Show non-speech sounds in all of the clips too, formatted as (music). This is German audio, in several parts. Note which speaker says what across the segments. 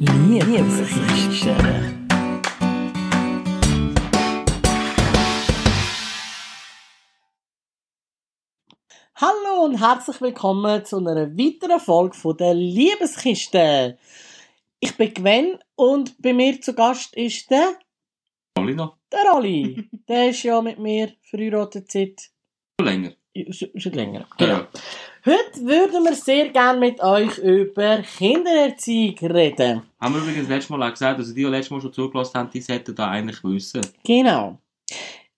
Speaker 1: nie, nie przyjście. Hallo und herzlich willkommen zu einer weiteren Folge von der Liebeskiste. Ich bin Gwen und bei mir zu Gast ist der,
Speaker 2: Alle noch
Speaker 1: der Ali. der ist ja mit mir verheiratet seit,
Speaker 2: länger.
Speaker 1: seit längerem. Genau. Heute würden wir sehr gerne mit euch über Kindererziehung reden.
Speaker 2: Haben wir übrigens letztes Mal auch gesagt, also die, die letztes Mal schon zugelassen haben, die sollten da eigentlich wissen.
Speaker 1: Genau.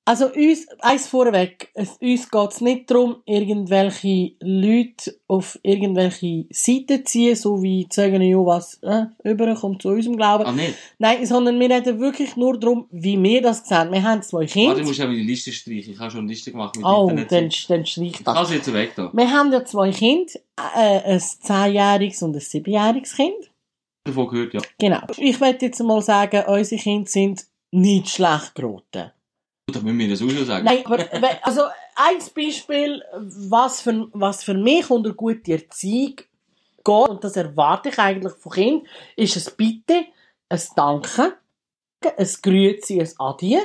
Speaker 1: Also uns, eins vorweg, es, uns geht es nicht darum, irgendwelche Leute auf irgendwelche Seiten zu ziehen, so wie zu sagen, ja, was äh, überkommt zu unserem Glauben.
Speaker 2: Ah, nicht?
Speaker 1: Nein, sondern wir reden wirklich nur darum, wie wir das sehen. Wir haben zwei
Speaker 2: Warte, ich
Speaker 1: Kinder.
Speaker 2: muss ja meine Liste streichen. Ich habe schon eine Liste gemacht mit
Speaker 1: Oh,
Speaker 2: Internet. Also
Speaker 1: dann, dann streich
Speaker 2: ich
Speaker 1: das.
Speaker 2: kann sie jetzt weg da.
Speaker 1: Wir haben ja zwei Kinder, äh, ein 10-jähriges und ein 7-jähriges Kind.
Speaker 2: Davon gehört, ja.
Speaker 1: Genau. Ich möchte jetzt mal sagen, unsere Kinder sind nicht schlecht geraten.
Speaker 2: Gut, dann müssen wir das auch schon sagen.
Speaker 1: Nein, aber we- also ein Beispiel, was für, was für mich unter gute Erziehung geht, und das erwarte ich eigentlich von Kindern, ist ein Bitte, ein Danke, ein Grüezi, ein Adieu.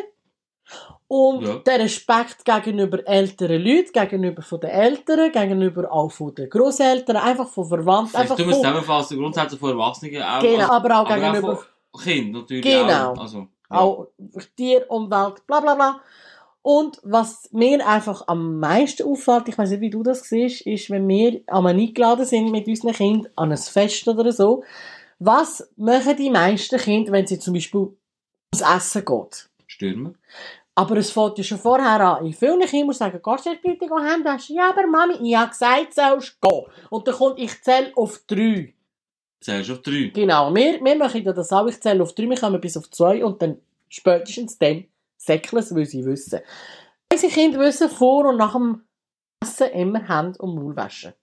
Speaker 1: Und
Speaker 2: Ja.
Speaker 1: der Respekt gegenüber älteren Leuten, gegenüber von den Eltern, gegenüber auch von den Großeltern, einfach von Verwandten,
Speaker 2: Vielleicht
Speaker 1: einfach
Speaker 2: tun wir es
Speaker 1: von,
Speaker 2: zusammenfassen. Grundsätze von Erwachsenen auch. Also,
Speaker 1: genau, aber auch
Speaker 2: aber auch
Speaker 1: gegenüber
Speaker 2: von- Also, Kind natürlich
Speaker 1: Genau.
Speaker 2: auch. Also, ja.
Speaker 1: auch Tier, Umwelt, bla bla bla. Und was mir einfach am meisten auffällt, ich weiß nicht, wie du das siehst, ist, wenn wir einmal eingeladen sind mit unseren Kindern an ein Fest oder so, was machen die meisten Kinder, wenn sie zum Beispiel ums Essen geht?
Speaker 2: Stürmen.
Speaker 1: Aber es fängt ja schon vorher an. In vielen Kindern sagen, gehst du jetzt bitte heim? Dann sagst du, ja, aber Mami, ich habe gesagt, du sollst gehen. Und dann kommt, ich zähle auf drei.
Speaker 2: Zählst auf drei.
Speaker 1: Genau, wir, wir machen ja das auch. Ich zähle auf drei, wir kommen bis auf zwei und dann spätestens dann säckeln sie, weil sie wissen. Unsere Kinder wissen vor und nach dem Essen immer Hand und Maul waschen.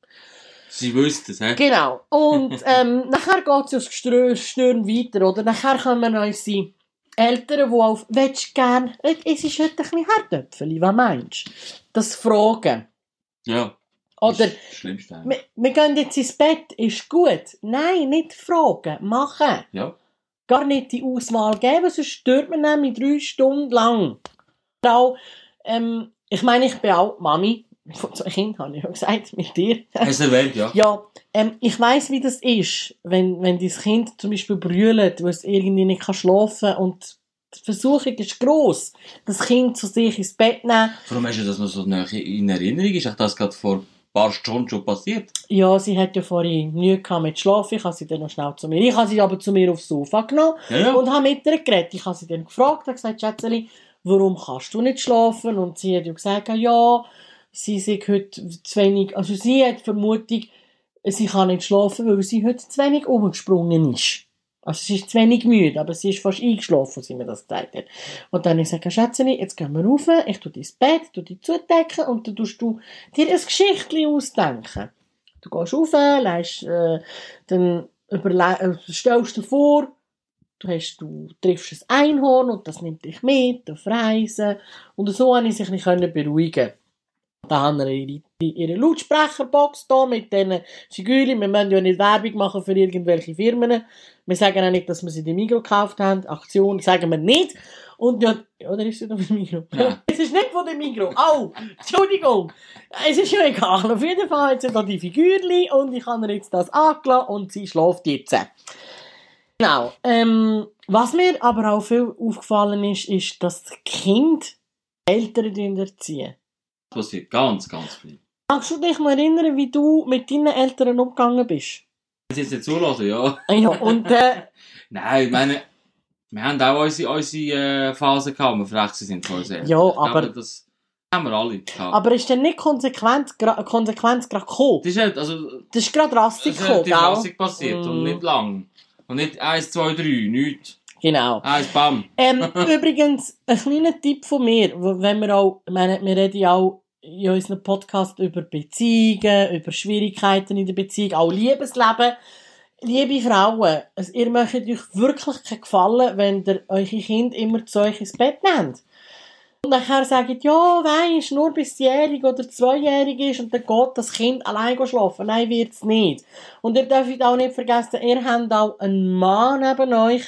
Speaker 2: Sie wüssten es, hä?
Speaker 1: Genau. Und ähm, nachher geht es ja das Gestö- Stören weiter, oder? Nachher kommen unsere Eltern, die auf «Willst du gerne?» «Äh, «Es ist heute ein bisschen Herdöpfeli, was meinst du?» Das fragen.
Speaker 2: Ja.
Speaker 1: Oder
Speaker 2: Das ist das Schlimmste. eigentlich.
Speaker 1: «Wir wir gehen jetzt ins Bett, ist gut?» «Nein, nicht fragen, machen!»
Speaker 2: Ja.
Speaker 1: gar nicht die Auswahl geben, sonst stört man nämlich drei Stunden lang. Und Auch, ähm, ich meine, ich bin auch Mami von zwei Kindern, habe ich ja gesagt, mit dir.
Speaker 2: Hast du erwähnt, ja.
Speaker 1: (laughs) Ja, ähm, ich weiß, wie das ist, wenn, wenn dein Kind zum Beispiel brüllt, weil es irgendwie nicht kann schlafen kann und die Versuchung ist gross, das Kind zu sich ins Bett nehmen.
Speaker 2: Vor allem hast du das noch so nahe in Erinnerung? Ist euch das gerade vor ein paar Stunden schon passiert?
Speaker 1: Ja, sie hat ja vorhin Mühe gehabt mit Schlafen, ich habe sie dann noch schnell zu mir. Ich habe sie aber zu mir aufs Sofa genommen.
Speaker 2: Ja, ja.
Speaker 1: Und habe mit ihr geredet. Ich habe sie dann gefragt, habe gesagt, Schätzeli, warum kannst du nicht schlafen? Und sie hat ja gesagt, ja, sie sei heute zu wenig, also sie hat die Vermutung, sie kann nicht schlafen, weil sie heute zu wenig umgesprungen ist. Also sie ist zu wenig müde, aber sie ist fast eingeschlafen, als sie mir das gesagt hat. Und dann habe ich gesagt, Schätzeli, jetzt gehen wir rauf, ich tu dein Bett, tu dich zudecken und dann tust du dir ein Geschichtchen ausdenken. Du gehst rauf, lässt, äh, dann überle äh, stellst dir vor, du, hast, du triffst ein Einhorn und das nimmt dich mit auf Reisen. Und so konnte ich sich nicht können beruhigen. Da haben wir ihre, ihre Lautsprecherbox da mit diesen Figuren. Wir müssen ja nicht Werbung machen für irgendwelche Firmen. Wir sagen auch nicht, dass wir sie in Migros gekauft haben. Aktion sagen wir nicht. Und ja, oder ist sie noch von Migros?
Speaker 2: Nein.
Speaker 1: (laughs) Es ist nicht von der Migros. Oh, Entschuldigung. Es ist ja egal. Auf jeden Fall hat sie da die Figürli und ich habe ihr jetzt das angelassen und sie schläft jetzt. Genau. Ähm, was mir aber auch viel aufgefallen ist, ist, dass die Kinder Eltern erziehen.
Speaker 2: passiert ganz, ganz viel.
Speaker 1: Magst du dich noch erinnern, wie du mit deinen Eltern umgegangen bist?
Speaker 2: Wenn Sie jetzt nicht zulassen, ja.
Speaker 1: Ja, und äh,
Speaker 2: Nein, ich meine, wir haben auch unsere, unsere äh, Phasen gehabt, wo wir frech sind von uns. Ja,
Speaker 1: Ja, aber-
Speaker 2: Das haben wir alle gehabt.
Speaker 1: aber ist dann nicht konsequent, gra- Konsequenz gerade gekommen?
Speaker 2: das ist halt, also,
Speaker 1: Das ist gerade
Speaker 2: es
Speaker 1: rassig
Speaker 2: ist
Speaker 1: gekommen,
Speaker 2: halt die
Speaker 1: gell?
Speaker 2: Fassung passiert und
Speaker 1: Mm.
Speaker 2: nicht lang. Und nicht eins, zwei, drei, nichts.
Speaker 1: Genau.
Speaker 2: Eins, bam.
Speaker 1: Ähm, (laughs) übrigens, ein kleiner Tipp von mir, wo- wenn wir auch, ich meine, wir reden ja auch in unserem Podcast über Beziehungen, über Schwierigkeiten in der Beziehung, auch Liebesleben. Liebe Frauen, also ihr möchtet euch wirklich keinen Gefallen, wenn ihr eure Kinder immer zu euch ins Bett nehmt. Und nachher sagen, ja, weisst, nur bis die Jährige oder Zweijährige ist und dann geht das Kind allein schlafen. Nein, wird's nicht. Und ihr dürft auch nicht vergessen, ihr habt auch einen Mann neben euch,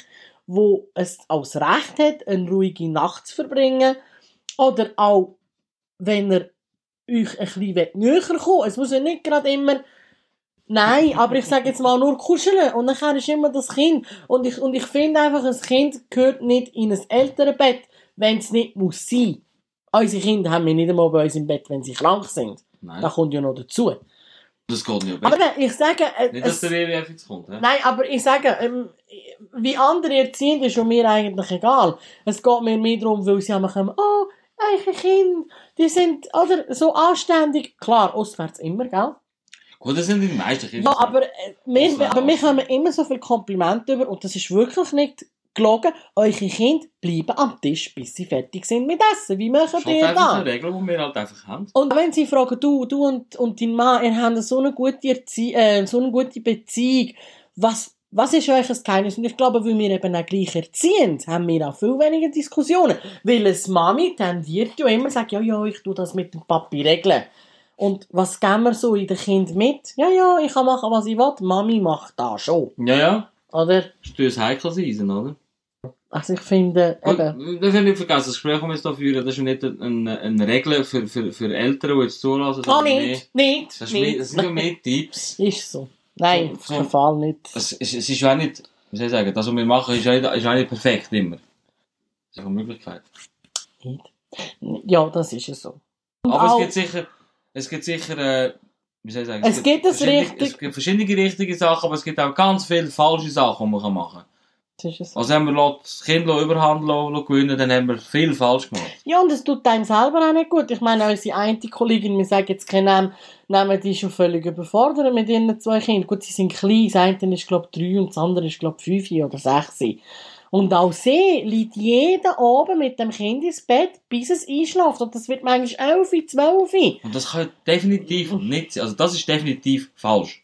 Speaker 1: wo es als Recht hat, eine ruhige Nacht zu verbringen. Oder auch, wenn er euch ein bisschen näher kommt. Es muss ja nicht gerade immer Nein, aber ich sage jetzt mal nur kuscheln und nachher ist immer das Kind. Und ich, und ich finde einfach, ein Kind gehört nicht in ein Elternbett, wenn es nicht muss sein. Unsere Kinder haben wir nicht einmal bei uns im Bett, wenn sie krank sind.
Speaker 2: Nein,
Speaker 1: Das kommt ja noch dazu.
Speaker 2: das geht nicht.
Speaker 1: Aber nein, ich sage, äh,
Speaker 2: nicht, dass
Speaker 1: es,
Speaker 2: der WWF jetzt kommt. hä?
Speaker 1: nein, aber ich sage, ähm, wie andere erziehen, ist mir eigentlich egal. Es geht mir mehr darum, weil sie immer kommen, oh, eure Kinder, die sind, oder, so anständig. Klar, auswärts immer, gell?
Speaker 2: Gut, das sind die meisten Kinder.
Speaker 1: Ja, aber, äh,
Speaker 2: Das
Speaker 1: wir,
Speaker 2: wäre
Speaker 1: aber wir
Speaker 2: auch
Speaker 1: kommen immer so viele Komplimente über und das ist wirklich nicht gelogen. Eure Kinder bleiben am Tisch, bis sie fertig sind mit Essen. Wie
Speaker 2: das
Speaker 1: machen
Speaker 2: ist halt
Speaker 1: ihr
Speaker 2: einfach
Speaker 1: das?
Speaker 2: eine Regel, die wir halt einfach haben.
Speaker 1: Und wenn sie fragen, du, du und, und dein Mann, ihr habt so eine gute, Erzie äh, so eine gute Beziehung, was, was ist euch das Geheimnis? Und ich glaube, weil wir eben auch gleich erziehen, haben wir auch viel weniger Diskussionen. Weil es Mami tendiert ja immer, sagt, ja, ja, ich tu das mit dem Papi regeln. Und was geben wir so in den Kind mit? Ja, ja, ich kann machen, was ich will. Mami macht das schon.
Speaker 2: Ja, ja.
Speaker 1: Oder?
Speaker 2: Das ist ein heikles Eisen, oder?
Speaker 1: Also ich finde,
Speaker 2: Und,
Speaker 1: eben,
Speaker 2: das haben wir vergessen. Das Gespräch, das wir jetzt hier führen, das ist ja nicht eine, eine Regel für, für, für Eltern, die jetzt zulassen.
Speaker 1: oh,
Speaker 2: sondern mehr-
Speaker 1: nicht, nicht,
Speaker 2: Das, ist mehr, das
Speaker 1: nicht.
Speaker 2: sind ja mehr Tipps.
Speaker 1: Ist so. Nein, auf
Speaker 2: So-
Speaker 1: jeden Fall nicht.
Speaker 2: Es, es, es ist ja auch nicht, wie soll ich sagen, das, was wir machen, ist ja nicht, ist ja auch nicht perfekt immer. Das ist eine Möglichkeit.
Speaker 1: Nicht. Ja, das ist es so. Und
Speaker 2: Aber
Speaker 1: auch-
Speaker 2: es gibt sicher, es gibt sicher, äh, wie soll ich sagen,
Speaker 1: Es gibt das
Speaker 2: verschiedene-
Speaker 1: richtig-
Speaker 2: Es gibt verschiedene richtige Sachen, aber es gibt auch ganz viele falsche Sachen, die man kann machen kann.
Speaker 1: das ist es so.
Speaker 2: Also wenn wir lassen, das Kind lassen, überhand lassen, lassen gewinnen, dann haben wir viel falsch gemacht.
Speaker 1: Ja, und es tut einem selber auch nicht gut. Ich meine, unsere eine Kollegin, wir sagen jetzt keinen Namen, nehmen die ist schon völlig überfordert mit ihren zwei Kindern. Gut, sie sind klein, das eine ist glaube ich drei und das andere ist glaube ich fünf oder sechs. Und auch sie liegt jeden Abend mit dem Kind ins Bett, bis es einschläft. Und das wird manchmal elf, zwölf.
Speaker 2: Und das kann definitiv nicht sein. Also das ist definitiv falsch.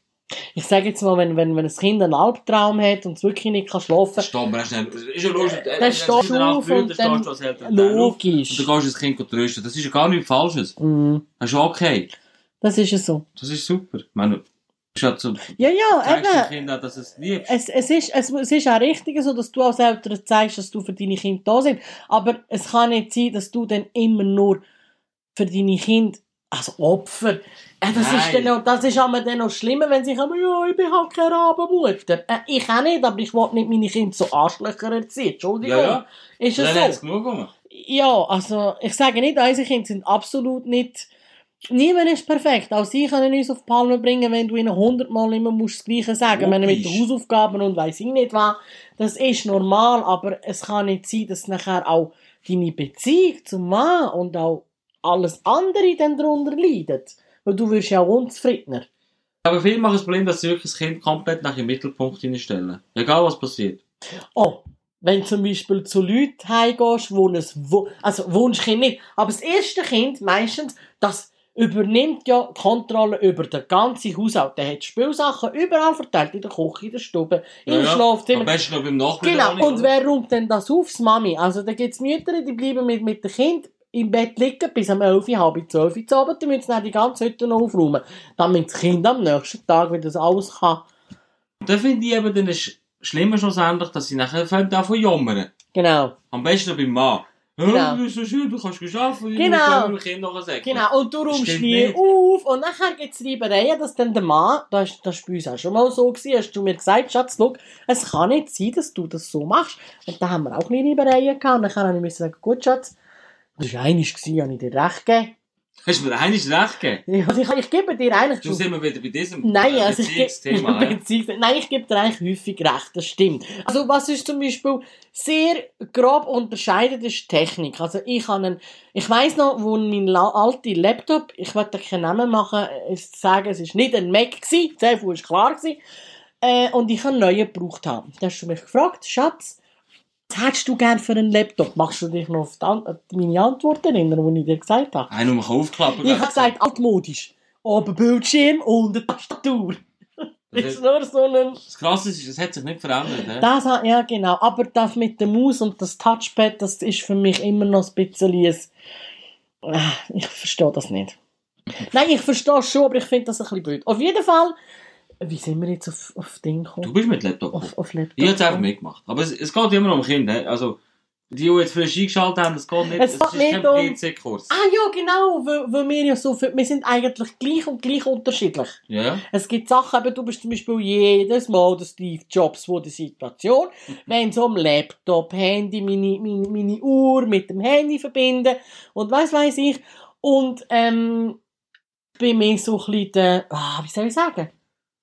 Speaker 1: Ich sage jetzt mal, wenn, wenn, wenn ein Kind einen Albtraum hat und es wirklich nicht kann schlafen,
Speaker 2: Stehen wir schnell. Ist ja logisch. eh,
Speaker 1: Dann
Speaker 2: wenn es
Speaker 1: stehst du
Speaker 2: in der Nacht
Speaker 1: auf
Speaker 2: blüht,
Speaker 1: und
Speaker 2: dann
Speaker 1: dann-
Speaker 2: stehst du als Elternteil auf. Und
Speaker 1: logisch.
Speaker 2: dann kannst du das Kind trösten. Das ist ja gar nichts Falsches.
Speaker 1: Mhm.
Speaker 2: Das ist okay.
Speaker 1: Das ist es so.
Speaker 2: Das ist super. Ich meine, du bist ja zu,
Speaker 1: Ja, ja,
Speaker 2: zeigst
Speaker 1: eben.
Speaker 2: dem Kind auch, dass es liebst.
Speaker 1: Es, es, ist, es, es ist auch richtig so, dass du als Eltern zeigst, dass du für deine Kinder da sind. Aber es kann nicht sein, dass du dann immer nur für deine Kinder, also Opfer, äh, das,
Speaker 2: Nein.
Speaker 1: ist dann noch, das ist aber dann noch schlimmer, wenn sie sagen, ja, ich bin halt keine Rabenmutter. Äh, ich auch nicht, aber ich will nicht meine Kinder so Arschlöcher erziehen. Entschuldigung.
Speaker 2: Ja, ja.
Speaker 1: Ist es
Speaker 2: Dann
Speaker 1: so?
Speaker 2: hat es genug rum.
Speaker 1: Ja, also ich sage nicht, unsere Kinder sind absolut nicht. Niemand ist perfekt. Auch sie können uns auf die Palme bringen, wenn du ihnen hundertmal immer musst das Gleiche sagen musst. Mit den
Speaker 2: Logisch.
Speaker 1: Hausaufgaben und weiss ich nicht was. Das ist normal, aber es kann nicht sein, dass nachher auch deine Beziehung zum Mann und auch alles andere dann darunter leidet. Weil du wirst ja auch unzufriedener.
Speaker 2: Aber viele machen das Problem, dass sie wirklich das Kind komplett nach dem Mittelpunkt hinstellen. Egal was passiert.
Speaker 1: Oh, wenn zum Beispiel zu Leuten heimgehst, wo ein Wo also Wunschkind nicht, aber das erste Kind meistens, das übernimmt ja die Kontrolle über den ganzen Haushalt. Der hat Spielsachen überall verteilt, in der Küche, in der Stube,
Speaker 2: Ja,
Speaker 1: im
Speaker 2: ja. Am
Speaker 1: Schlafzimmer.
Speaker 2: besten noch beim
Speaker 1: Genau,
Speaker 2: Nachbarn. in der Wohnung,
Speaker 1: und
Speaker 2: oder?
Speaker 1: wer räumt denn das auf? Das Mami. Also da gibt's Mütter, die bleiben mit, mit dem Kind im Bett liegen bis um 11, halb 12 Uhr zu Abend, dann müssen sie dann die ganze Hütte noch aufräumen. Damit das Kind am nächsten Tag wieder das alles kann.
Speaker 2: Und dann finde ich eben, dann ist es schlimmer schlussendlich, dass sie nachher anfangen davon jammern.
Speaker 1: Genau.
Speaker 2: Am besten noch beim Mann. Ja,
Speaker 1: Genau.
Speaker 2: du bist so schön, du kannst geschafft und
Speaker 1: Genau.
Speaker 2: ich muss dem Kind noch sagen.
Speaker 1: Genau, und du räumst
Speaker 2: Stimmt
Speaker 1: nie
Speaker 2: nicht.
Speaker 1: auf. Und nachher gibt es Reibereien, dass dann der Mann, das ist- das war bei uns auch schon mal so, gewesen, hast du mir gesagt, Schatz, schau, es kann nicht sein, dass du das so machst. Und da haben wir auch kleine Reibereien gehabt. Und nachher habe ich müssen sagen, gut, Schatz, das war einig, habe ich dir recht gegeben.
Speaker 2: Hast du mir eines recht gegeben?
Speaker 1: Ja, Also ich, ich gebe dir eigentlich
Speaker 2: Schon sind wir wieder bei diesem
Speaker 1: Nein,
Speaker 2: äh,
Speaker 1: also ich gebe
Speaker 2: Beziehungsthema.
Speaker 1: (laughs)
Speaker 2: ja.
Speaker 1: Nein, ich gebe dir eigentlich häufig recht, das stimmt. Also was ist zum Beispiel sehr grob unterscheidet, ist die Technik. Also ich habe einen, ich weiß noch, wo mein la- alter Laptop, ich wollte keinen Namen machen, äh, sagen, es ist nicht ein Mac gsi, 10 Uhr ist klar gsi, äh, und ich habe einen neuen gebraucht haben. Da hast du mich gefragt, Schatz, was hättest du gern für einen Laptop? Machst du dich noch auf die An- äh, meine Antwort erinnern, die ich dir gesagt habe?
Speaker 2: Einen, den man aufklappen
Speaker 1: Ich habe gesagt, altmodisch. Oben Bildschirm und eine Tastatur.
Speaker 2: Das,
Speaker 1: ist
Speaker 2: ist,
Speaker 1: nur so ein...
Speaker 2: das Krasse ist, es hat sich nicht verändert. hä?
Speaker 1: Das, ha- ja genau, aber das mit der Maus und das Touchpad, das ist für mich immer noch ein bisschen ein... Ah, Ich verstehe das nicht. Nein, ich verstehe es schon, aber ich finde das ein bisschen blöd. Auf jeden Fall, wie sind wir jetzt auf, auf Ding gekommen?
Speaker 2: Du bist mit Laptop gekommen.
Speaker 1: Auf, auf Laptop?
Speaker 2: Ich habe es einfach mitgemacht. Aber es, es geht immer um Kinder. hä? Also, die, die jetzt frisch eingeschaltet haben, es geht nicht.
Speaker 1: Es geht nicht um-
Speaker 2: PC-Kurs.
Speaker 1: Ah ja, genau, weil, weil wir ja so viel, wir sind eigentlich gleich und gleich unterschiedlich.
Speaker 2: Ja.
Speaker 1: (laughs) Es gibt Sachen, eben, du bist zum Beispiel jedes Mal der Steve Jobs von der Situation, wenn so am Laptop, Handy, meine, meine, meine Uhr mit dem Handy verbinden und was weiß ich. Und ähm, bei mir so ein bisschen der, ah, wie soll ich sagen, ein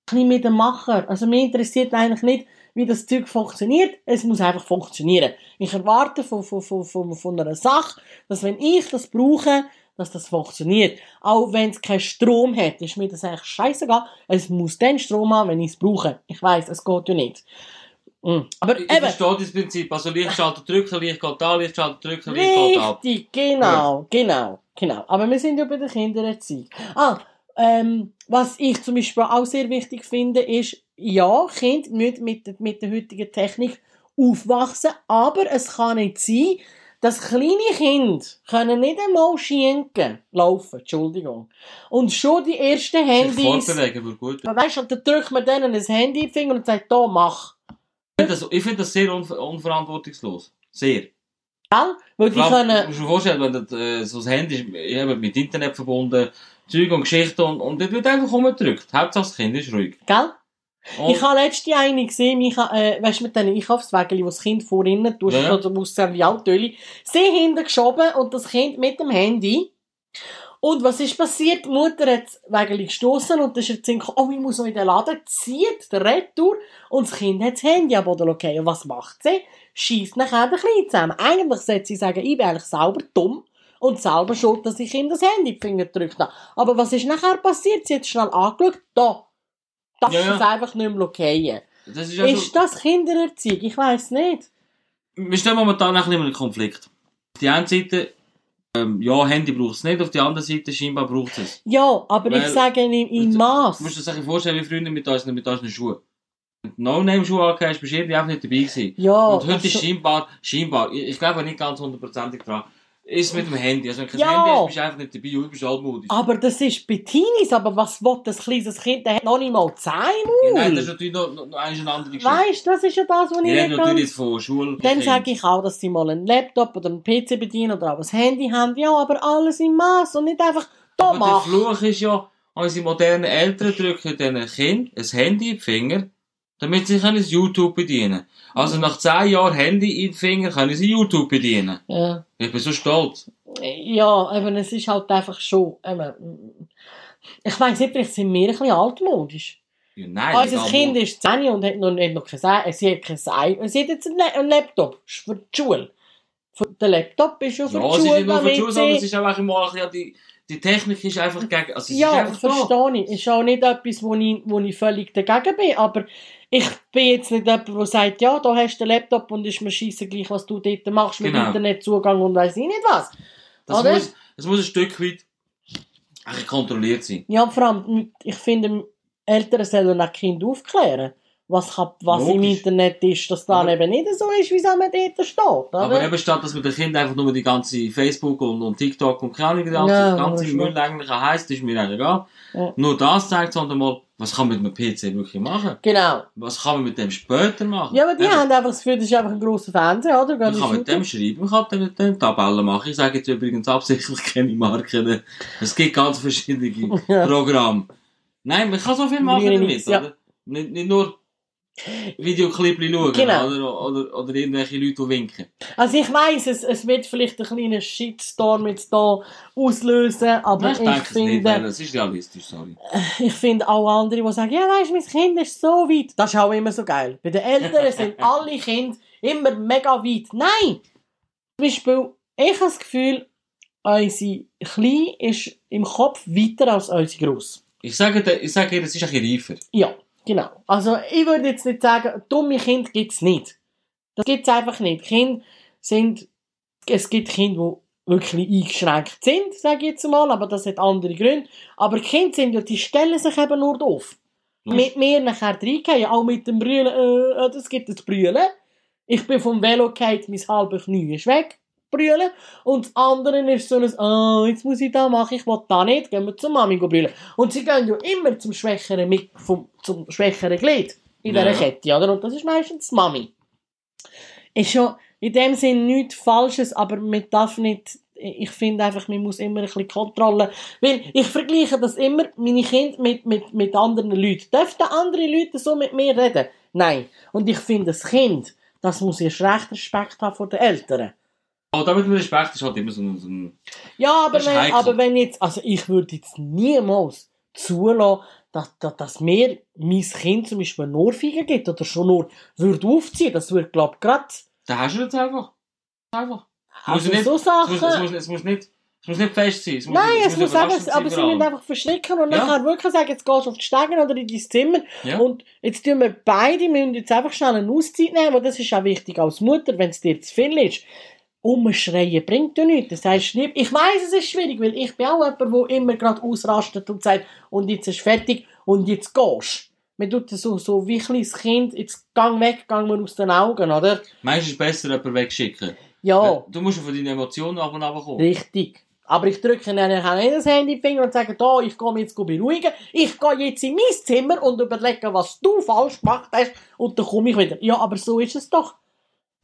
Speaker 1: bisschen mit dem Macher. Also mir interessiert eigentlich nicht, wie das Zeug funktioniert. Es muss einfach funktionieren. Ich erwarte von, von, von, von, von einer Sache, dass wenn ich das brauche, dass das funktioniert. Auch wenn es keinen Strom hat, ist mir das eigentlich scheißegal. Es muss dann Strom haben, wenn ich es brauche. Ich weiß, es geht ja nicht. Mm. Aber
Speaker 2: Ich ich
Speaker 1: eben,
Speaker 2: verstehe das Prinzip. Also, Lichtschalter drücken, Licht geht an, Lichtschalter drücken, Licht geht ab.
Speaker 1: richtig, genau, genau, genau. Aber wir sind ja bei der Kindererziehung. Ah, ähm, was ich zum Beispiel auch sehr wichtig finde, ist, ja, Kinder müssen mit, der- mit der heutigen Technik aufwachsen, aber es kann nicht sein, dass kleine Kinder können nicht einmal schinken, laufen, Entschuldigung. Und schon die ersten
Speaker 2: Sich
Speaker 1: Handys...
Speaker 2: fortbewegen, wird gut.
Speaker 1: Weißt du, und dann drückt man denen ein Handy in den Finger und sagt, da mach.
Speaker 2: Ich finde das, ich find das sehr unver unverantwortungslos. Sehr.
Speaker 1: Weil die
Speaker 2: Vor allem,
Speaker 1: können...
Speaker 2: Du musst dir vorstellen, wenn das, äh, so ein Handy ist ich habe mit Internet verbunden, Zeug und Geschichten und, und dort wird einfach rumgedrückt. Hauptsache das Kind ist ruhig.
Speaker 1: Gell?
Speaker 2: Und
Speaker 1: Ich habe letzte eine gesehen, ich ha, äh, weißt du, mit diesen Einkaufswagen, die das Kind vorne tust,
Speaker 2: Ja.
Speaker 1: oder aus wie Altöli, sie hinten geschoben und das Kind mit dem Handy. Und was ist passiert? Die Mutter hat das Wägeli gestossen und dann ist er zu ihm gekommen, oh, ich muss noch in den Laden, zieht der Retour und das Kind hat das Handy am Boden okay. Und was macht sie? Schießt nachher den Kleinen zusammen. Eigentlich sollte sie sagen, ich bin eigentlich selber dumm und selber schuld, dass ich ihm das Handy in die Finger gedrückt habe. Aber was ist nachher passiert? Sie hat schnell angeschaut, da, das
Speaker 2: Ja,
Speaker 1: ist
Speaker 2: ja.
Speaker 1: es einfach nicht mehr okay.
Speaker 2: das ist also,
Speaker 1: Ist das Kindererziehung? Ich weiß nicht.
Speaker 2: wir stehen momentan ein bisschen in einem Konflikt. Auf die einen Seite, ähm, ja, Handy braucht es nicht, auf die andere Seite scheinbar braucht es.
Speaker 1: Ja, aber ich
Speaker 2: Weil-
Speaker 1: sage in, in
Speaker 2: Du musst dir
Speaker 1: Maß.
Speaker 2: das ein bisschen vorstellen wie früher mit unseren, mit unseren Schuhen. Wenn du No-Name-Schuhe angehst, bist du irgendwie einfach nicht dabei gewesen.
Speaker 1: Ja,
Speaker 2: Und heute
Speaker 1: also-
Speaker 2: ist scheinbar, scheinbar, ich, ich glaube nicht ganz hundertprozentig dran, ist mit dem Handy. Also wenn kein
Speaker 1: Ja.
Speaker 2: Handy ist, bist du einfach nicht dabei und du bist altmodisch.
Speaker 1: aber das ist bei Teenies, aber was will das kleines Kind? Der hat noch nicht mal 10
Speaker 2: Ja,
Speaker 1: Uhr.
Speaker 2: nein, das ist natürlich noch, noch, noch eine andere Geschichte.
Speaker 1: Weißt du, das ist ja das, was
Speaker 2: Wir
Speaker 1: ich
Speaker 2: reden
Speaker 1: nicht ganz...
Speaker 2: natürlich von Schule.
Speaker 1: Dann sage ich auch, dass sie mal einen Laptop oder einen PC bedienen oder auch ein Handy haben. Ja, aber alles im Maß und nicht einfach, da
Speaker 2: Aber der
Speaker 1: mach.
Speaker 2: Fluch ist ja, unsere modernen Eltern drücken diesen Kind ein Handy in die Finger, damit sie können das YouTube bedienen Also nach 10 Jahren Handy in die Finger können sie YouTube bedienen.
Speaker 1: Ja.
Speaker 2: Ich bin so stolz.
Speaker 1: ja, aber es ist halt einfach schon... Eben, mm. ich weiss nicht, vielleicht sind wir ein bisschen altmodisch.
Speaker 2: Ja, nein,
Speaker 1: Also
Speaker 2: egal
Speaker 1: das
Speaker 2: wo.
Speaker 1: Kind ist 10 und hat noch, hat noch kein, Ei- sie hat kein Ei, sie hat jetzt einen La- einen Laptop ist für die Schule. Für- Der Laptop ist ja für die
Speaker 2: Ja, es ist
Speaker 1: Schule,
Speaker 2: nicht nur für die Schule, sondern
Speaker 1: damit
Speaker 2: es
Speaker 1: sie...
Speaker 2: ist auch einfach mal ein bisschen, die, die Technik ist einfach gegen, also es ist
Speaker 1: Ja,
Speaker 2: einfach da.
Speaker 1: verstehe ich. Ist auch nicht etwas, wo ich, wo ich völlig dagegen bin, aber ich bin jetzt nicht jemand, der sagt, ja, da hast du einen Laptop und ist mir scheiße gleich, was du dort machst mit
Speaker 2: Genau.
Speaker 1: Internetzugang und weiß ich nicht was.
Speaker 2: Das
Speaker 1: Oder?
Speaker 2: muss, das muss ein Stück weit ein bisschen kontrolliert sein.
Speaker 1: Ja, vor allem, mit- ich finde, Eltern sollen auch Kinder aufklären, was, kann, was im
Speaker 2: Logisch.
Speaker 1: Internet ist, dass das
Speaker 2: Aber-
Speaker 1: eben nicht so ist, wie es am dort steht.
Speaker 2: Aber
Speaker 1: oder?
Speaker 2: eben statt, dass man den Kindern einfach nur die ganze Facebook und, und TikTok und keine Ahnung, die ganze,
Speaker 1: Nein,
Speaker 2: ganze
Speaker 1: das ist
Speaker 2: Müll eigentlich heisst, ist mir eigentlich egal.
Speaker 1: Ja.
Speaker 2: Nur das zeigt, sondern mal, was kann man mit dem PC wirklich machen?
Speaker 1: Genau.
Speaker 2: Was kann man mit dem später machen?
Speaker 1: Ja, aber die
Speaker 2: Eben,
Speaker 1: haben einfach das Gefühl, das ist einfach ein grosser Fernseher, oder?
Speaker 2: man
Speaker 1: Gehen
Speaker 2: kann
Speaker 1: die
Speaker 2: mit dem
Speaker 1: shooten.
Speaker 2: schreiben, man kann dann mit dem Tabellen machen. Ich sage jetzt übrigens absichtlich (laughs) keine Marken. Es gibt ganz verschiedene
Speaker 1: (laughs) Ja.
Speaker 2: Programme. Nein, man kann so viel machen
Speaker 1: Rühre
Speaker 2: damit,
Speaker 1: nichts, ja.
Speaker 2: oder? Nicht, nicht nur Videoclipli schauen,
Speaker 1: Genau.
Speaker 2: oder, oder, oder irgendwelche Leute, die winken.
Speaker 1: Also ich weiss, es, es wird vielleicht ein kleiner Shitstorm jetzt da auslösen, aber
Speaker 2: Nein,
Speaker 1: ich,
Speaker 2: ich denke es nicht, weil
Speaker 1: finde,
Speaker 2: es ist realistisch, sorry.
Speaker 1: ich finde auch andere, die sagen, ja weisst, mein Kind ist so weit. Das ist auch immer so geil. Bei den
Speaker 2: (laughs)
Speaker 1: Eltern sind alle Kinder immer mega weit. Nein! Zum Beispiel, ich habe das Gefühl, unsere Klein ist im Kopf weiter als unsere Gross.
Speaker 2: Ich sage, dir- ich sage ihr, es ist ein bisschen reifer.
Speaker 1: Ja, genau. Also ich würde jetzt nicht sagen, dumme Kinder gibt es nicht. Das gibt es einfach nicht. Kinder sind, es gibt Kinder, die wirklich eingeschränkt sind, sage ich jetzt mal, aber das hat andere Gründe. Aber Kinder sind ja, die stellen sich eben nur doof. mit mir nachher reingehen, auch mit dem Brüllen, äh, äh, das gibt ein Brüllen. Ich bin vom Velo gefallen, mein halbes Knie ist weg, brüllen. Und das andere ist so ein, ah, jetzt muss ich da machen, ich will da nicht, gehen wir zur Mami brüllen. Und sie gehen ja immer zum schwächeren, mit, vom, zum schwächeren Glied in dieser
Speaker 2: Ja.
Speaker 1: Kette, oder? Und das ist meistens die Mami. Ist schon in dem Sinn nichts Falsches, aber man darf nicht, ich finde einfach, man muss immer ein bisschen Kontrolle weil ich vergleiche das immer, meine Kinder mit, mit, mit anderen Leuten. Dürften andere Leute so mit mir reden? Nein. Und ich finde, das Kind, das muss erst recht Respekt haben vor den Eltern.
Speaker 2: Aber damit mit Respekt ist halt immer so ein... So ein
Speaker 1: Ja, aber
Speaker 2: Das ist
Speaker 1: wenn,
Speaker 2: heikel.
Speaker 1: aber wenn jetzt, also ich würde jetzt niemals zulassen, dass, dass, dass mir mein Kind zum Beispiel eine Ohrfeige gibt oder schon nur würde aufziehen, das würde, glaube ich, gerade
Speaker 2: da hast du jetzt einfach. Einfach. Muss
Speaker 1: also
Speaker 2: nicht-
Speaker 1: so
Speaker 2: Es muss, es,
Speaker 1: Sachen...
Speaker 2: muss, es, muss nicht, es muss nicht fest sein. Es muss,
Speaker 1: Nein, es muss
Speaker 2: überraschend
Speaker 1: einfach, aber
Speaker 2: sein
Speaker 1: sie
Speaker 2: vor allem.
Speaker 1: müssen einfach verschrecken und
Speaker 2: Ja.
Speaker 1: nachher wirklich sagen, jetzt gehst du auf die Stegen oder in dein Zimmer
Speaker 2: Ja.
Speaker 1: Und jetzt tun wir beide, wir müssen jetzt einfach schnell eine Auszeit nehmen, weil das ist auch wichtig als Mutter, wenn es dir zu viel ist. Umschreien bringt ja nichts. Das heißt, schnipp- ich weiß, es ist schwierig, weil ich bin auch jemand, der immer gerade ausrastet und sagt, und jetzt ist fertig und jetzt gehst. Man tut das so, so wie ein kleines Kind, jetzt gang weg, gang mir aus den Augen, oder?
Speaker 2: Meinst du, es ist besser, jemanden wegschicken?
Speaker 1: Ja,
Speaker 2: Du musst von deinen Emotionen ab und ab kommen.
Speaker 1: Oh. richtig. Aber ich drücke dann auch nicht das Handy in den Finger und sage, da, ich gehe mich jetzt beruhigen, ich gehe jetzt in mein Zimmer und überlege, was du falsch gemacht hast und dann komme ich wieder. Ja, aber so ist es doch.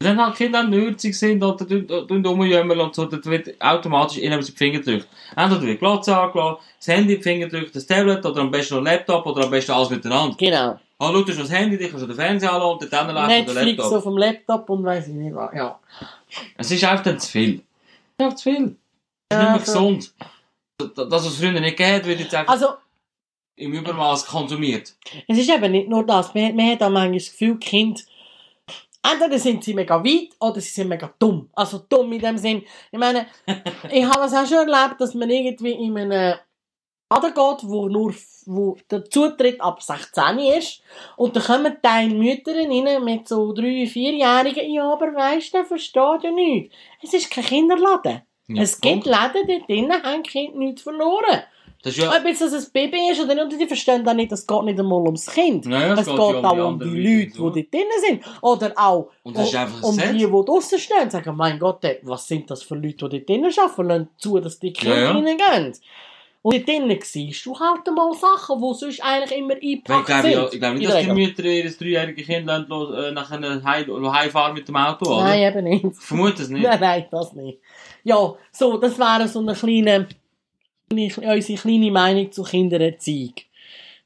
Speaker 2: Wenn halt Kinder auch nürzig sind oder rumjümmeln und so, dann wird automatisch in die Finger gedrückt. Entweder wird die Glotze angelassen, das Handy in die Finger gedrückt, das Tablet oder am besten noch Laptop oder am besten alles miteinander.
Speaker 1: Genau.
Speaker 2: Ah, schau, du hast noch das Handy, dich kannst du den Fernseher anlassen und dann läuft der
Speaker 1: Netflix
Speaker 2: Laptop.
Speaker 1: auf dem Laptop und weiß ich nicht was. Ja.
Speaker 2: Es ist einfach dann zu viel. Es ist einfach zu viel. Es ist
Speaker 1: Ja,
Speaker 2: nicht mehr
Speaker 1: so.
Speaker 2: gesund. Das, was es früher nicht gegeben hat, wird jetzt einfach
Speaker 1: Also,
Speaker 2: im Übermaß konsumiert.
Speaker 1: es ist eben nicht nur das. Man, man hat auch manchmal das Gefühl, die Kinder, entweder sind sie mega weit oder sie sind mega dumm. Also dumm in dem Sinn. Ich meine, ich habe es auch schon erlebt, dass man irgendwie in einen Laden geht, wo nur wo der Zutritt ab 16 ist. Und dann kommen deine Mütter rein mit so 3-, 4-Jährigen. Ja, aber weißt du, der versteht ja nichts. Es ist kein Kinderladen.
Speaker 2: Ja,
Speaker 1: es gibt Läden, dort drinnen haben die Kinder nichts verloren.
Speaker 2: Das ist ja...
Speaker 1: Ob jetzt das ein Baby ist oder nicht, und die verstehen dann nicht, es geht nicht einmal ums Kind.
Speaker 2: Naja,
Speaker 1: es geht, auch um die Leute, die
Speaker 2: sowieso.
Speaker 1: dort drinnen sind. Oder auch
Speaker 2: Und das ist
Speaker 1: um-
Speaker 2: einfach
Speaker 1: um
Speaker 2: gesetzt.
Speaker 1: die, die draussen stehen und sagen, mein Gott, ey, was sind das für Leute, die dort drinnen arbeiten, lassen zu, dass die Kinder
Speaker 2: Ja, ja.
Speaker 1: reingehen. Und dort drinnen siehst du halt mal Sachen, die sonst eigentlich immer
Speaker 2: Weil ich
Speaker 1: eingepackt
Speaker 2: glaube,
Speaker 1: sind.
Speaker 2: ja, ich glaube
Speaker 1: In
Speaker 2: nicht,
Speaker 1: der
Speaker 2: dass die
Speaker 1: Regel.
Speaker 2: Mütter ihr dreijähriges Kind lassen,
Speaker 1: eh,
Speaker 2: äh, nach einer Heimfahrt mit dem Auto, oder?
Speaker 1: Nein, eben nicht.
Speaker 2: Ich vermute es
Speaker 1: (laughs)
Speaker 2: nicht.
Speaker 1: Nein, nein, das nicht. Ja, so, das wäre so eine kleine, kleine- unsere kleine Meinung zu Kindererziehung.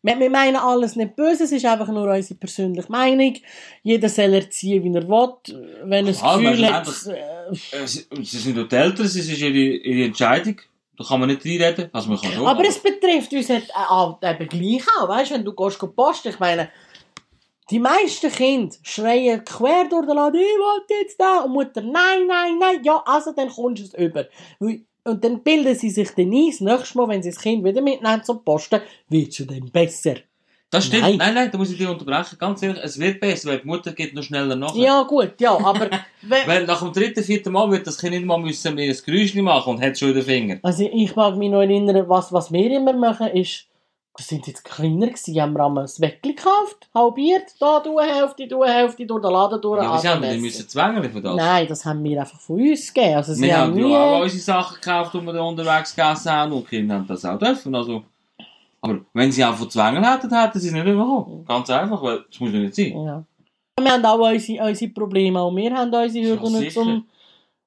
Speaker 1: Wir, wir meinen alles nicht böse, es ist einfach nur unsere persönliche Meinung. Jeder soll erziehen, wie er will. Wenn er das
Speaker 2: Klar,
Speaker 1: Gefühl
Speaker 2: man
Speaker 1: hat,
Speaker 2: ist
Speaker 1: äh,
Speaker 2: Äh, Sie, sie sind dort Eltern, es ist ihre, ihre Entscheidung. Da kann man nicht reinreden. Also man kann schon.
Speaker 1: aber es betrifft uns halt auch, eben gleich auch. Weißt wenn du gehst posten, ich meine, die meisten Kinder schreien quer durch den Laden, ich will jetzt da. Und Mutter, nein, nein, nein, ja, also dann kommst du es über. Weil- Und dann bilden sie sich dann ein, das nächste Mal, wenn sie das Kind wieder mitnehmen zum Posten, wird es dann besser.
Speaker 2: das stimmt.
Speaker 1: Nein.
Speaker 2: Nein. nein, da muss ich dich unterbrechen. Ganz ehrlich, es wird besser, weil die Mutter geht noch schneller nach.
Speaker 1: Ja, gut, ja, aber... wenn-
Speaker 2: Weil nach dem dritten, vierten Mal wird das Kind nicht mal müssen ihr ein Geräusch machen und hat schon den Finger.
Speaker 1: Also ich mag mich noch erinnern, was, was wir immer machen, ist, wir sind jetzt kleiner gewesen, haben wir einmal ein Weckli gekauft, halbiert, da du eine Hälfte, du eine Hälfte, durch den Laden durch,
Speaker 2: Ja, aber sie haben
Speaker 1: angemessen.
Speaker 2: nicht müssen zwängen für das.
Speaker 1: Nein, das haben wir einfach von uns gegeben. Also sie
Speaker 2: Wir
Speaker 1: haben
Speaker 2: haben ja auch
Speaker 1: nie...
Speaker 2: unsere Sachen gekauft, die wir da unterwegs gegessen haben und die Kinder haben das auch dürfen. Also, aber wenn sie auch von Zwängen hätten, hätten sie es nicht bekommen. Ganz einfach, weil das muss ja nicht sein.
Speaker 1: Ja. Wir haben auch unsere, unsere Probleme, auch wir haben unsere
Speaker 2: Ja,
Speaker 1: Hürden
Speaker 2: sicher.
Speaker 1: zum...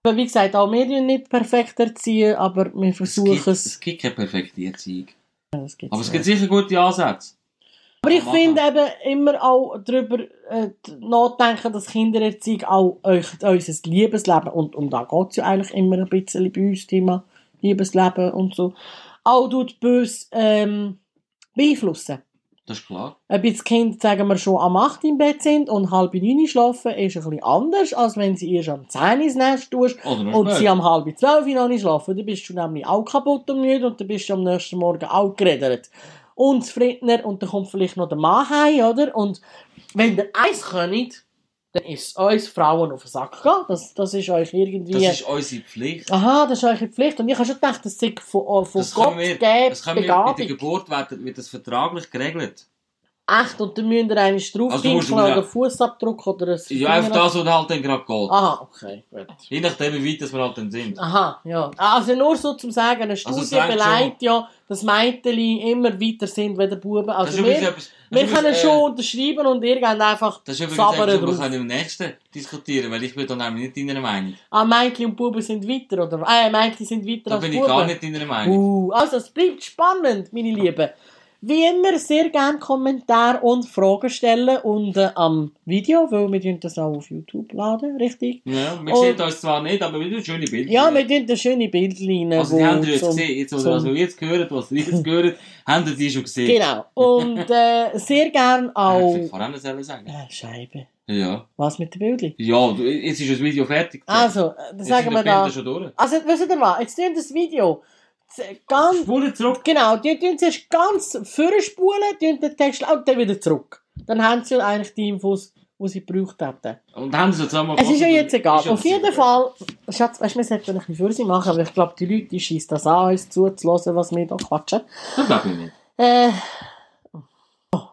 Speaker 1: Aber wie gesagt, auch wir tun nicht perfekt erziehen, aber wir versuchen
Speaker 2: gibt,
Speaker 1: es.
Speaker 2: es gibt keine perfekte Erziehung.
Speaker 1: Ja, das gibt's
Speaker 2: Aber es
Speaker 1: nicht.
Speaker 2: gibt sicher gute Ansätze.
Speaker 1: Aber ich
Speaker 2: machen.
Speaker 1: finde eben immer auch darüber äh, nachdenken, dass Kindererziehung auch euch, unser Liebesleben, und um da geht es ja eigentlich immer ein bisschen bei uns, Thema Liebesleben und so, auch tut bös ähm, beeinflussen.
Speaker 2: Das ist klar.
Speaker 1: Ob jetzt die Kinder, sagen wir, schon am 8 im Bett sind und halb 9 schlafen, ist ein bisschen anders, als wenn sie erst am 10 ins Nest tust
Speaker 2: Oder noch
Speaker 1: und sie
Speaker 2: später.
Speaker 1: am halb 12 noch nicht schlafen. Dann bist du nämlich auch kaputt und müde und dann bist du am nächsten Morgen auch geredet. Und Frittner und dann kommt vielleicht noch der Mann heim, oder? Und wenn ihr eins könnt, dann ist es uns Frauen auf den Sack gehen. Das, das ist euch irgendwie...
Speaker 2: Das ist unsere Pflicht.
Speaker 1: Aha, das ist euch eine Pflicht. Und ich habe schon gedacht, das sei von, von
Speaker 2: das
Speaker 1: Gott
Speaker 2: können wir,
Speaker 1: gegeben,
Speaker 2: das können wir bei der
Speaker 1: Begabung.
Speaker 2: Geburt wird, wird das vertraglich geregelt.
Speaker 1: Echt, und dann müsst ihr einen
Speaker 2: Also musst du
Speaker 1: draufpinkeln,
Speaker 2: mir-
Speaker 1: einen Fußabdruck oder ein
Speaker 2: Ja, einfach
Speaker 1: Finger-
Speaker 2: das, was halt dann gerade geht.
Speaker 1: Aha, okay, gut.
Speaker 2: Je nachdem, wie weit dass wir halt dann sind.
Speaker 1: Aha, ja. Also nur so zum Sagen, eine
Speaker 2: Also
Speaker 1: Studie
Speaker 2: es sagt
Speaker 1: belegt ja, dass Mädchen immer weiter sind als der Buben.
Speaker 2: Das
Speaker 1: Also
Speaker 2: ist übrigens
Speaker 1: wir,
Speaker 2: etwas- das
Speaker 1: wir
Speaker 2: ist übrigens,
Speaker 1: können
Speaker 2: äh,
Speaker 1: schon unterschreiben und ihr geht einfach
Speaker 2: Das ist übrigens
Speaker 1: sabbern
Speaker 2: etwas, was wir
Speaker 1: drauf.
Speaker 2: können im nächsten diskutieren, weil ich bin da nämlich nicht deiner Meinung.
Speaker 1: Ah, Mädchen und Buben sind weiter, oder? Äh, Mädchen sind weiter
Speaker 2: Da
Speaker 1: als
Speaker 2: bin
Speaker 1: Buben.
Speaker 2: ich gar nicht deiner Meinung.
Speaker 1: Uh, also, es bleibt spannend, meine Lieben. Wie immer, sehr gerne Kommentare und Fragen stellen unten am Video, weil wir tun das auch auf YouTube laden, richtig?
Speaker 2: Ja, wir
Speaker 1: Und-
Speaker 2: sehen uns zwar nicht, aber wir tun schöne Bilder.
Speaker 1: Ja, wir tun da schöne Bilder rein.
Speaker 2: Also,
Speaker 1: wo
Speaker 2: die haben ihr jetzt
Speaker 1: zum-
Speaker 2: gesehen. Jetzt, was
Speaker 1: zum-
Speaker 2: ihr jetzt gehört, was ihr jetzt gehört, haben ihr die schon gesehen.
Speaker 1: Genau. Und äh, sehr gerne auch...
Speaker 2: Ja, Ich vor allem selber sagen.
Speaker 1: Äh, Scheibe.
Speaker 2: Ja.
Speaker 1: Was mit den Bildern?
Speaker 2: Ja, du, jetzt ist das Video fertig.
Speaker 1: Also, äh, dann
Speaker 2: jetzt
Speaker 1: sagen wir da.
Speaker 2: da. schon durch.
Speaker 1: Also, wisst ihr was? Jetzt tun das Video. Z- Ganz,
Speaker 2: Spule zurück.
Speaker 1: genau, die tun zuerst ganz vorspulen, tun den Text und dann wieder zurück. Dann haben sie ja eigentlich die Infos, die sie gebraucht hätten.
Speaker 2: Und haben sie so zusammen
Speaker 1: Es ist ja jetzt egal. Auf jeden
Speaker 2: Fall.
Speaker 1: Fall, Schatz, weißt du, wir sollten ein bisschen für sie machen, aber ich glaube, die Leute die schießen das an, uns zuzuhören, was wir da quatschen.
Speaker 2: Das glaube ich nicht.
Speaker 1: Äh, oh,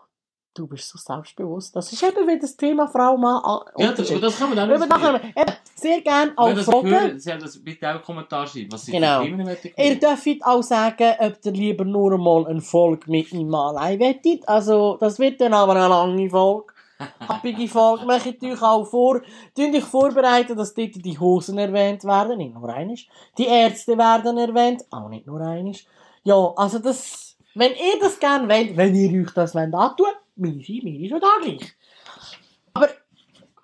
Speaker 1: du bist so selbstbewusst. Das ist eben wieder das Thema Frau, Mann. äh, Al-
Speaker 2: Ja, das,
Speaker 1: Unterschied.
Speaker 2: das kann man auch
Speaker 1: Eben, nachher, eben, sehr gerne auch
Speaker 2: Wenn ihr das
Speaker 1: fragen.
Speaker 2: gehört, soll das bitte auch einen Kommentar schreiben, was sie
Speaker 1: Genau.
Speaker 2: für Themen möchten.
Speaker 1: Ihr dürft auch sagen, ob ihr lieber nur mal eine Folge mit ihm allein wettet. Also, das wird dann aber eine lange Folge. Happige Folge. Macht euch auch vor, tünt euch vorbereiten, dass dort die Hosen erwähnt werden, nicht nur einisch. Die Ärzte werden erwähnt, auch nicht nur einisch. Ja, also das, wenn ihr das gerne wollt, wenn ihr euch das wollt antun, mir sind, mir ist auch da gleich.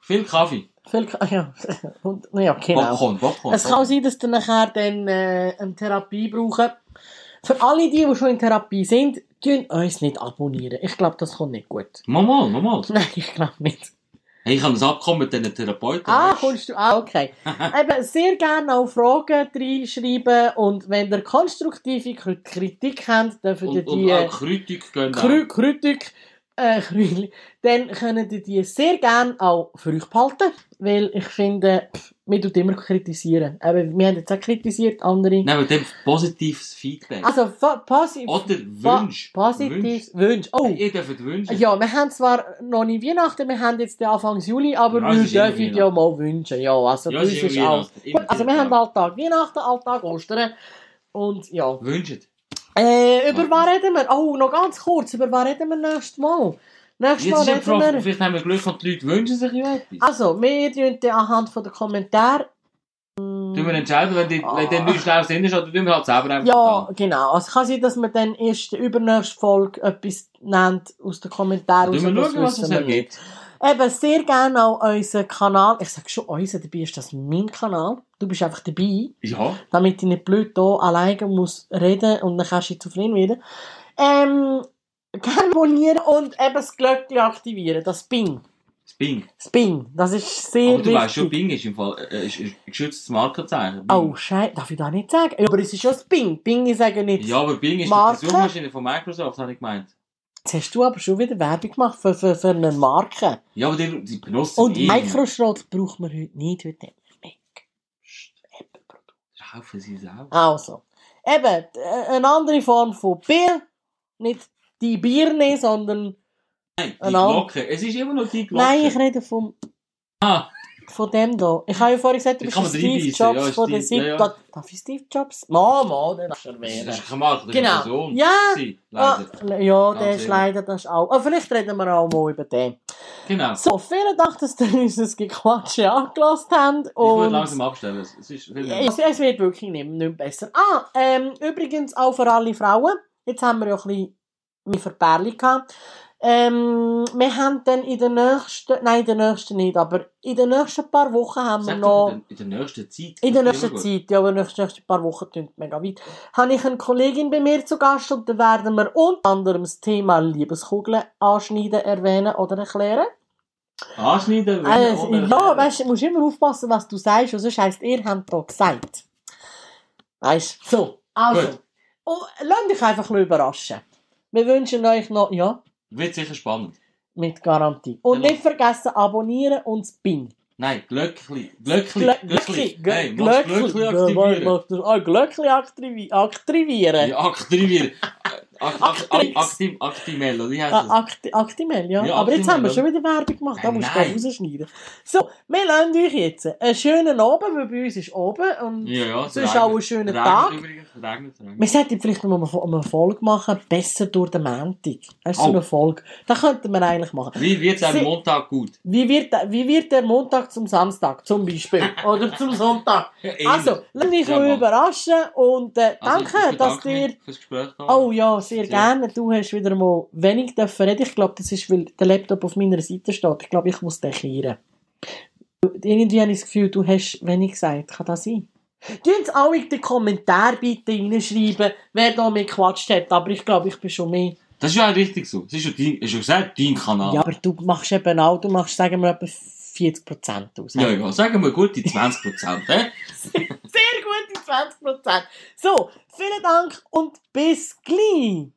Speaker 2: Viel Kaffee.
Speaker 1: Viel, (laughs) ja, und, ja, genau.
Speaker 2: Popcorn, Popcorn.
Speaker 1: Es kann sein, dass ihr nachher dann äh, eine Therapie brauchen. Für alle die, die schon in Therapie sind, tun uns nicht abonnieren. Ich glaube, das kommt nicht gut. (laughs)
Speaker 2: Mal, mal, mal, mal.
Speaker 1: Nein, ich glaube nicht.
Speaker 2: Hey, ich habe das Abkommen mit diesen Therapeuten.
Speaker 1: Ah,
Speaker 2: weißt du?
Speaker 1: kommst du? Ah,
Speaker 2: (laughs)
Speaker 1: okay. Eben, sehr gerne auch Fragen reinschreiben und wenn ihr konstruktive Kri- Kritik habt, dürft ihr
Speaker 2: Und,
Speaker 1: die
Speaker 2: und
Speaker 1: äh,
Speaker 2: auch Kritik gehen
Speaker 1: Kri- Kritik, äh, Krüli, dann könnt ihr die sehr gerne auch für euch behalten, weil ich finde, pff, man tut immer kritisieren. Eben, wir haben jetzt auch kritisiert, andere...
Speaker 2: auch. Nein, mit dem positives Feedback.
Speaker 1: Also fa- posi
Speaker 2: Oder
Speaker 1: fa-
Speaker 2: Wunsch.
Speaker 1: positives Wünsch. Oh,
Speaker 2: Wunsch. Ihr dürft wünschen.
Speaker 1: ja, wir haben zwar noch nicht Weihnachten, wir haben jetzt den Anfang Juli, aber
Speaker 2: Ja, es
Speaker 1: wir
Speaker 2: ist immer
Speaker 1: dürfen ja mal wünschen. Ja, also
Speaker 2: Ja,
Speaker 1: das
Speaker 2: es ist
Speaker 1: ist
Speaker 2: immer
Speaker 1: alles.
Speaker 2: Weihnachten.
Speaker 1: Gut,
Speaker 2: Immer
Speaker 1: also wir haben
Speaker 2: Weihnachten.
Speaker 1: Alltag Weihnachten, Alltag Ostern und ja.
Speaker 2: Wünschen.
Speaker 1: Äh, über was reden wir? Oh, noch ganz kurz, über was reden wir nächstes Mal? Nächstes
Speaker 2: Jetzt
Speaker 1: Mal
Speaker 2: ist die
Speaker 1: reden
Speaker 2: Frage,
Speaker 1: wir...
Speaker 2: vielleicht haben wir Glück und die Leute wünschen sich ja etwas.
Speaker 1: Also, wir tun dann anhand der Kommentare... mm,
Speaker 2: Tun wir entscheiden, wenn, die,
Speaker 1: Ah.
Speaker 2: wenn der neue Schlau drin ist, oder tun wir halt selber einfach
Speaker 1: Ja, genau. Es kann sein, dass man dann erst in der übernächsten Folge etwas nennt aus den Kommentaren.
Speaker 2: Dann
Speaker 1: raus,
Speaker 2: schauen
Speaker 1: aber das
Speaker 2: wir, schauen, was
Speaker 1: wissen
Speaker 2: es
Speaker 1: wir
Speaker 2: ergibt.
Speaker 1: nicht. Eben, sehr gerne auch unseren Kanal. Ich sage schon unseren, dabei ist das mein Kanal. Du bist einfach dabei,
Speaker 2: Ja.
Speaker 1: damit ich nicht blöd hier alleine muss reden und dann kannst du zufrieden werden. Ähm, gerne abonnieren und eben das Glöckchen aktivieren. Das Bing.
Speaker 2: Das Bing.
Speaker 1: Das Bing. Das ist sehr
Speaker 2: Aber du weißt schon,
Speaker 1: wichtig.
Speaker 2: Bing ist im Fall äh, ist, ist ein geschütztes Markenzeichen. Bing.
Speaker 1: Oh, scheiße. Darf ich das nicht sagen? Ja, aber es ist schon das Bing. Bing, ich sage nicht
Speaker 2: Ja, aber Bing ist
Speaker 1: Marke.
Speaker 2: die Suchmaschine von Microsoft, habe ich gemeint.
Speaker 1: Jetzt hast du aber schon wieder Werbung gemacht für, für, für eine Marke.
Speaker 2: Ja, aber die, die benutzen
Speaker 1: Und
Speaker 2: ihn.
Speaker 1: Microschrott braucht man heute nicht. Heute nehmen wir Mac.
Speaker 2: Raufen sie es auch.
Speaker 1: Also, eben, d- äh, eine andere Form von Bier. Nicht die Birne, sondern...
Speaker 2: Nein, die
Speaker 1: Genau.
Speaker 2: Glocke. Es ist immer noch die Glocke.
Speaker 1: Nein, ich rede vom,
Speaker 2: Ah,
Speaker 1: von dem da. Ich habe ja vorhin gesagt, du bist
Speaker 2: Ich kann
Speaker 1: ein
Speaker 2: mir
Speaker 1: Steve
Speaker 2: reinbeissen,
Speaker 1: Jobs
Speaker 2: ja,
Speaker 1: von der
Speaker 2: Steve,
Speaker 1: Sieb...
Speaker 2: ja, ja.
Speaker 1: Darf ich Steve Jobs? Mama, den hast du
Speaker 2: das
Speaker 1: erwähnt.
Speaker 2: ist keine Marke, das
Speaker 1: Genau.
Speaker 2: ist eine Person.
Speaker 1: Ja.
Speaker 2: Sie,
Speaker 1: Ah,
Speaker 2: leider.
Speaker 1: ja,
Speaker 2: Ganz
Speaker 1: der ist
Speaker 2: ehrlich.
Speaker 1: leider das auch. Oh, vielleicht reden wir auch mal über den.
Speaker 2: Genau.
Speaker 1: So, vielen Dank, dass ihr uns das Gequatsche angelassen habt.
Speaker 2: Ich würde
Speaker 1: Und
Speaker 2: langsam abstellen. Es es ist viel
Speaker 1: Ja,
Speaker 2: mehr.
Speaker 1: Es, es wird wirklich nicht, nicht besser. Ah, ähm, übrigens auch für alle Frauen. Jetzt haben wir ja ein bisschen mehr Verperlung gehabt. Ähm, wir haben dann in der nächsten, nein, in der nächsten nicht, aber in den nächsten paar Wochen haben wir
Speaker 2: Sag
Speaker 1: noch,
Speaker 2: doch, in, der, in der nächsten Zeit.
Speaker 1: in der
Speaker 2: Das ist
Speaker 1: nächsten
Speaker 2: immer gut.
Speaker 1: Zeit, ja, aber in den nächsten paar Wochen klingt mega weit, habe ich eine Kollegin bei mir zu Gast und da werden wir unter anderem das Thema Liebeskugeln anschneiden, erwähnen oder erklären.
Speaker 2: Anschneiden, wenn
Speaker 1: Äh,
Speaker 2: oder-
Speaker 1: ja, weißt du, musst immer aufpassen, was du sagst, und sonst heisst, ihr habt da gesagt. Weißt du? So, also.
Speaker 2: Gut.
Speaker 1: Und lasst euch einfach ein bisschen überraschen. Wir wünschen euch noch, ja,
Speaker 2: Wird sicher spannend.
Speaker 1: mit Garantie. Und
Speaker 2: Ja.
Speaker 1: nicht vergessen, abonnieren und das Ping.
Speaker 2: Nein, Glöckli. Glöckli. Glöckli.
Speaker 1: Glöckli.
Speaker 2: Hey, mach's Glöckli
Speaker 1: Glöckli. Ja,
Speaker 2: aktivieren.
Speaker 1: (laughs) mach- mach- ah, Glöckli aktivi- aktivieren.
Speaker 2: Ja, aktivieren. Ak- ak- ak-
Speaker 1: Actrix.
Speaker 2: Acti- Actimel, wie heißt das?
Speaker 1: Ah, Acti Actimel, ja.
Speaker 2: also. Ja,
Speaker 1: Aber jetzt
Speaker 2: Actimel,
Speaker 1: haben wir
Speaker 2: oder?
Speaker 1: schon wieder Werbung gemacht, da
Speaker 2: Nein,
Speaker 1: musst du
Speaker 2: nein.
Speaker 1: rausschneiden. So, wir lassen euch jetzt einen schönen Abend, weil bei uns ist oben und
Speaker 2: Ja, also ja,
Speaker 1: es ist auch ein schöner Tag.
Speaker 2: Übrigens, regnet, regnet.
Speaker 1: Wir sollten vielleicht noch mal eine Folge machen, besser durch den Montag. Das ist so
Speaker 2: Oh.
Speaker 1: eine Folge. Das könnten wir eigentlich machen.
Speaker 2: Wie wird
Speaker 1: Sie-
Speaker 2: am Montag gut?
Speaker 1: Wie wird, der- wie wird der Montag zum Samstag zum
Speaker 2: (laughs)
Speaker 1: Beispiel? Oder zum Sonntag? Also, lass mich
Speaker 2: Ja, Mann. Also,
Speaker 1: überraschen und äh, danke, dass ihr...
Speaker 2: Fürs Gespräch da.
Speaker 1: Oh ja, sehr
Speaker 2: Sehr.
Speaker 1: gerne. Du hast wieder mal wenig dürfen reden. Ich glaube, das ist, weil der Laptop auf meiner Seite steht. Ich glaube, ich muss den kehren. Irgendwie habe ich das Gefühl, du hast wenig gesagt. Kann das sein? Tut alle in den Kommentar bitte reinschreiben, wer da mehr gequatscht hat. Aber ich glaube, ich bin schon mehr.
Speaker 2: Das ist ja auch richtig so. Es ist ja dein, es ist ja gesagt, dein Kanal.
Speaker 1: Ja, aber du machst eben auch, du machst, sagen wir, etwa 40% aus.
Speaker 2: ja, ja. Sagen wir
Speaker 1: (laughs)
Speaker 2: gute 20%, hä?
Speaker 1: Sehr gute 20%. So, vielen Dank und bis gleich.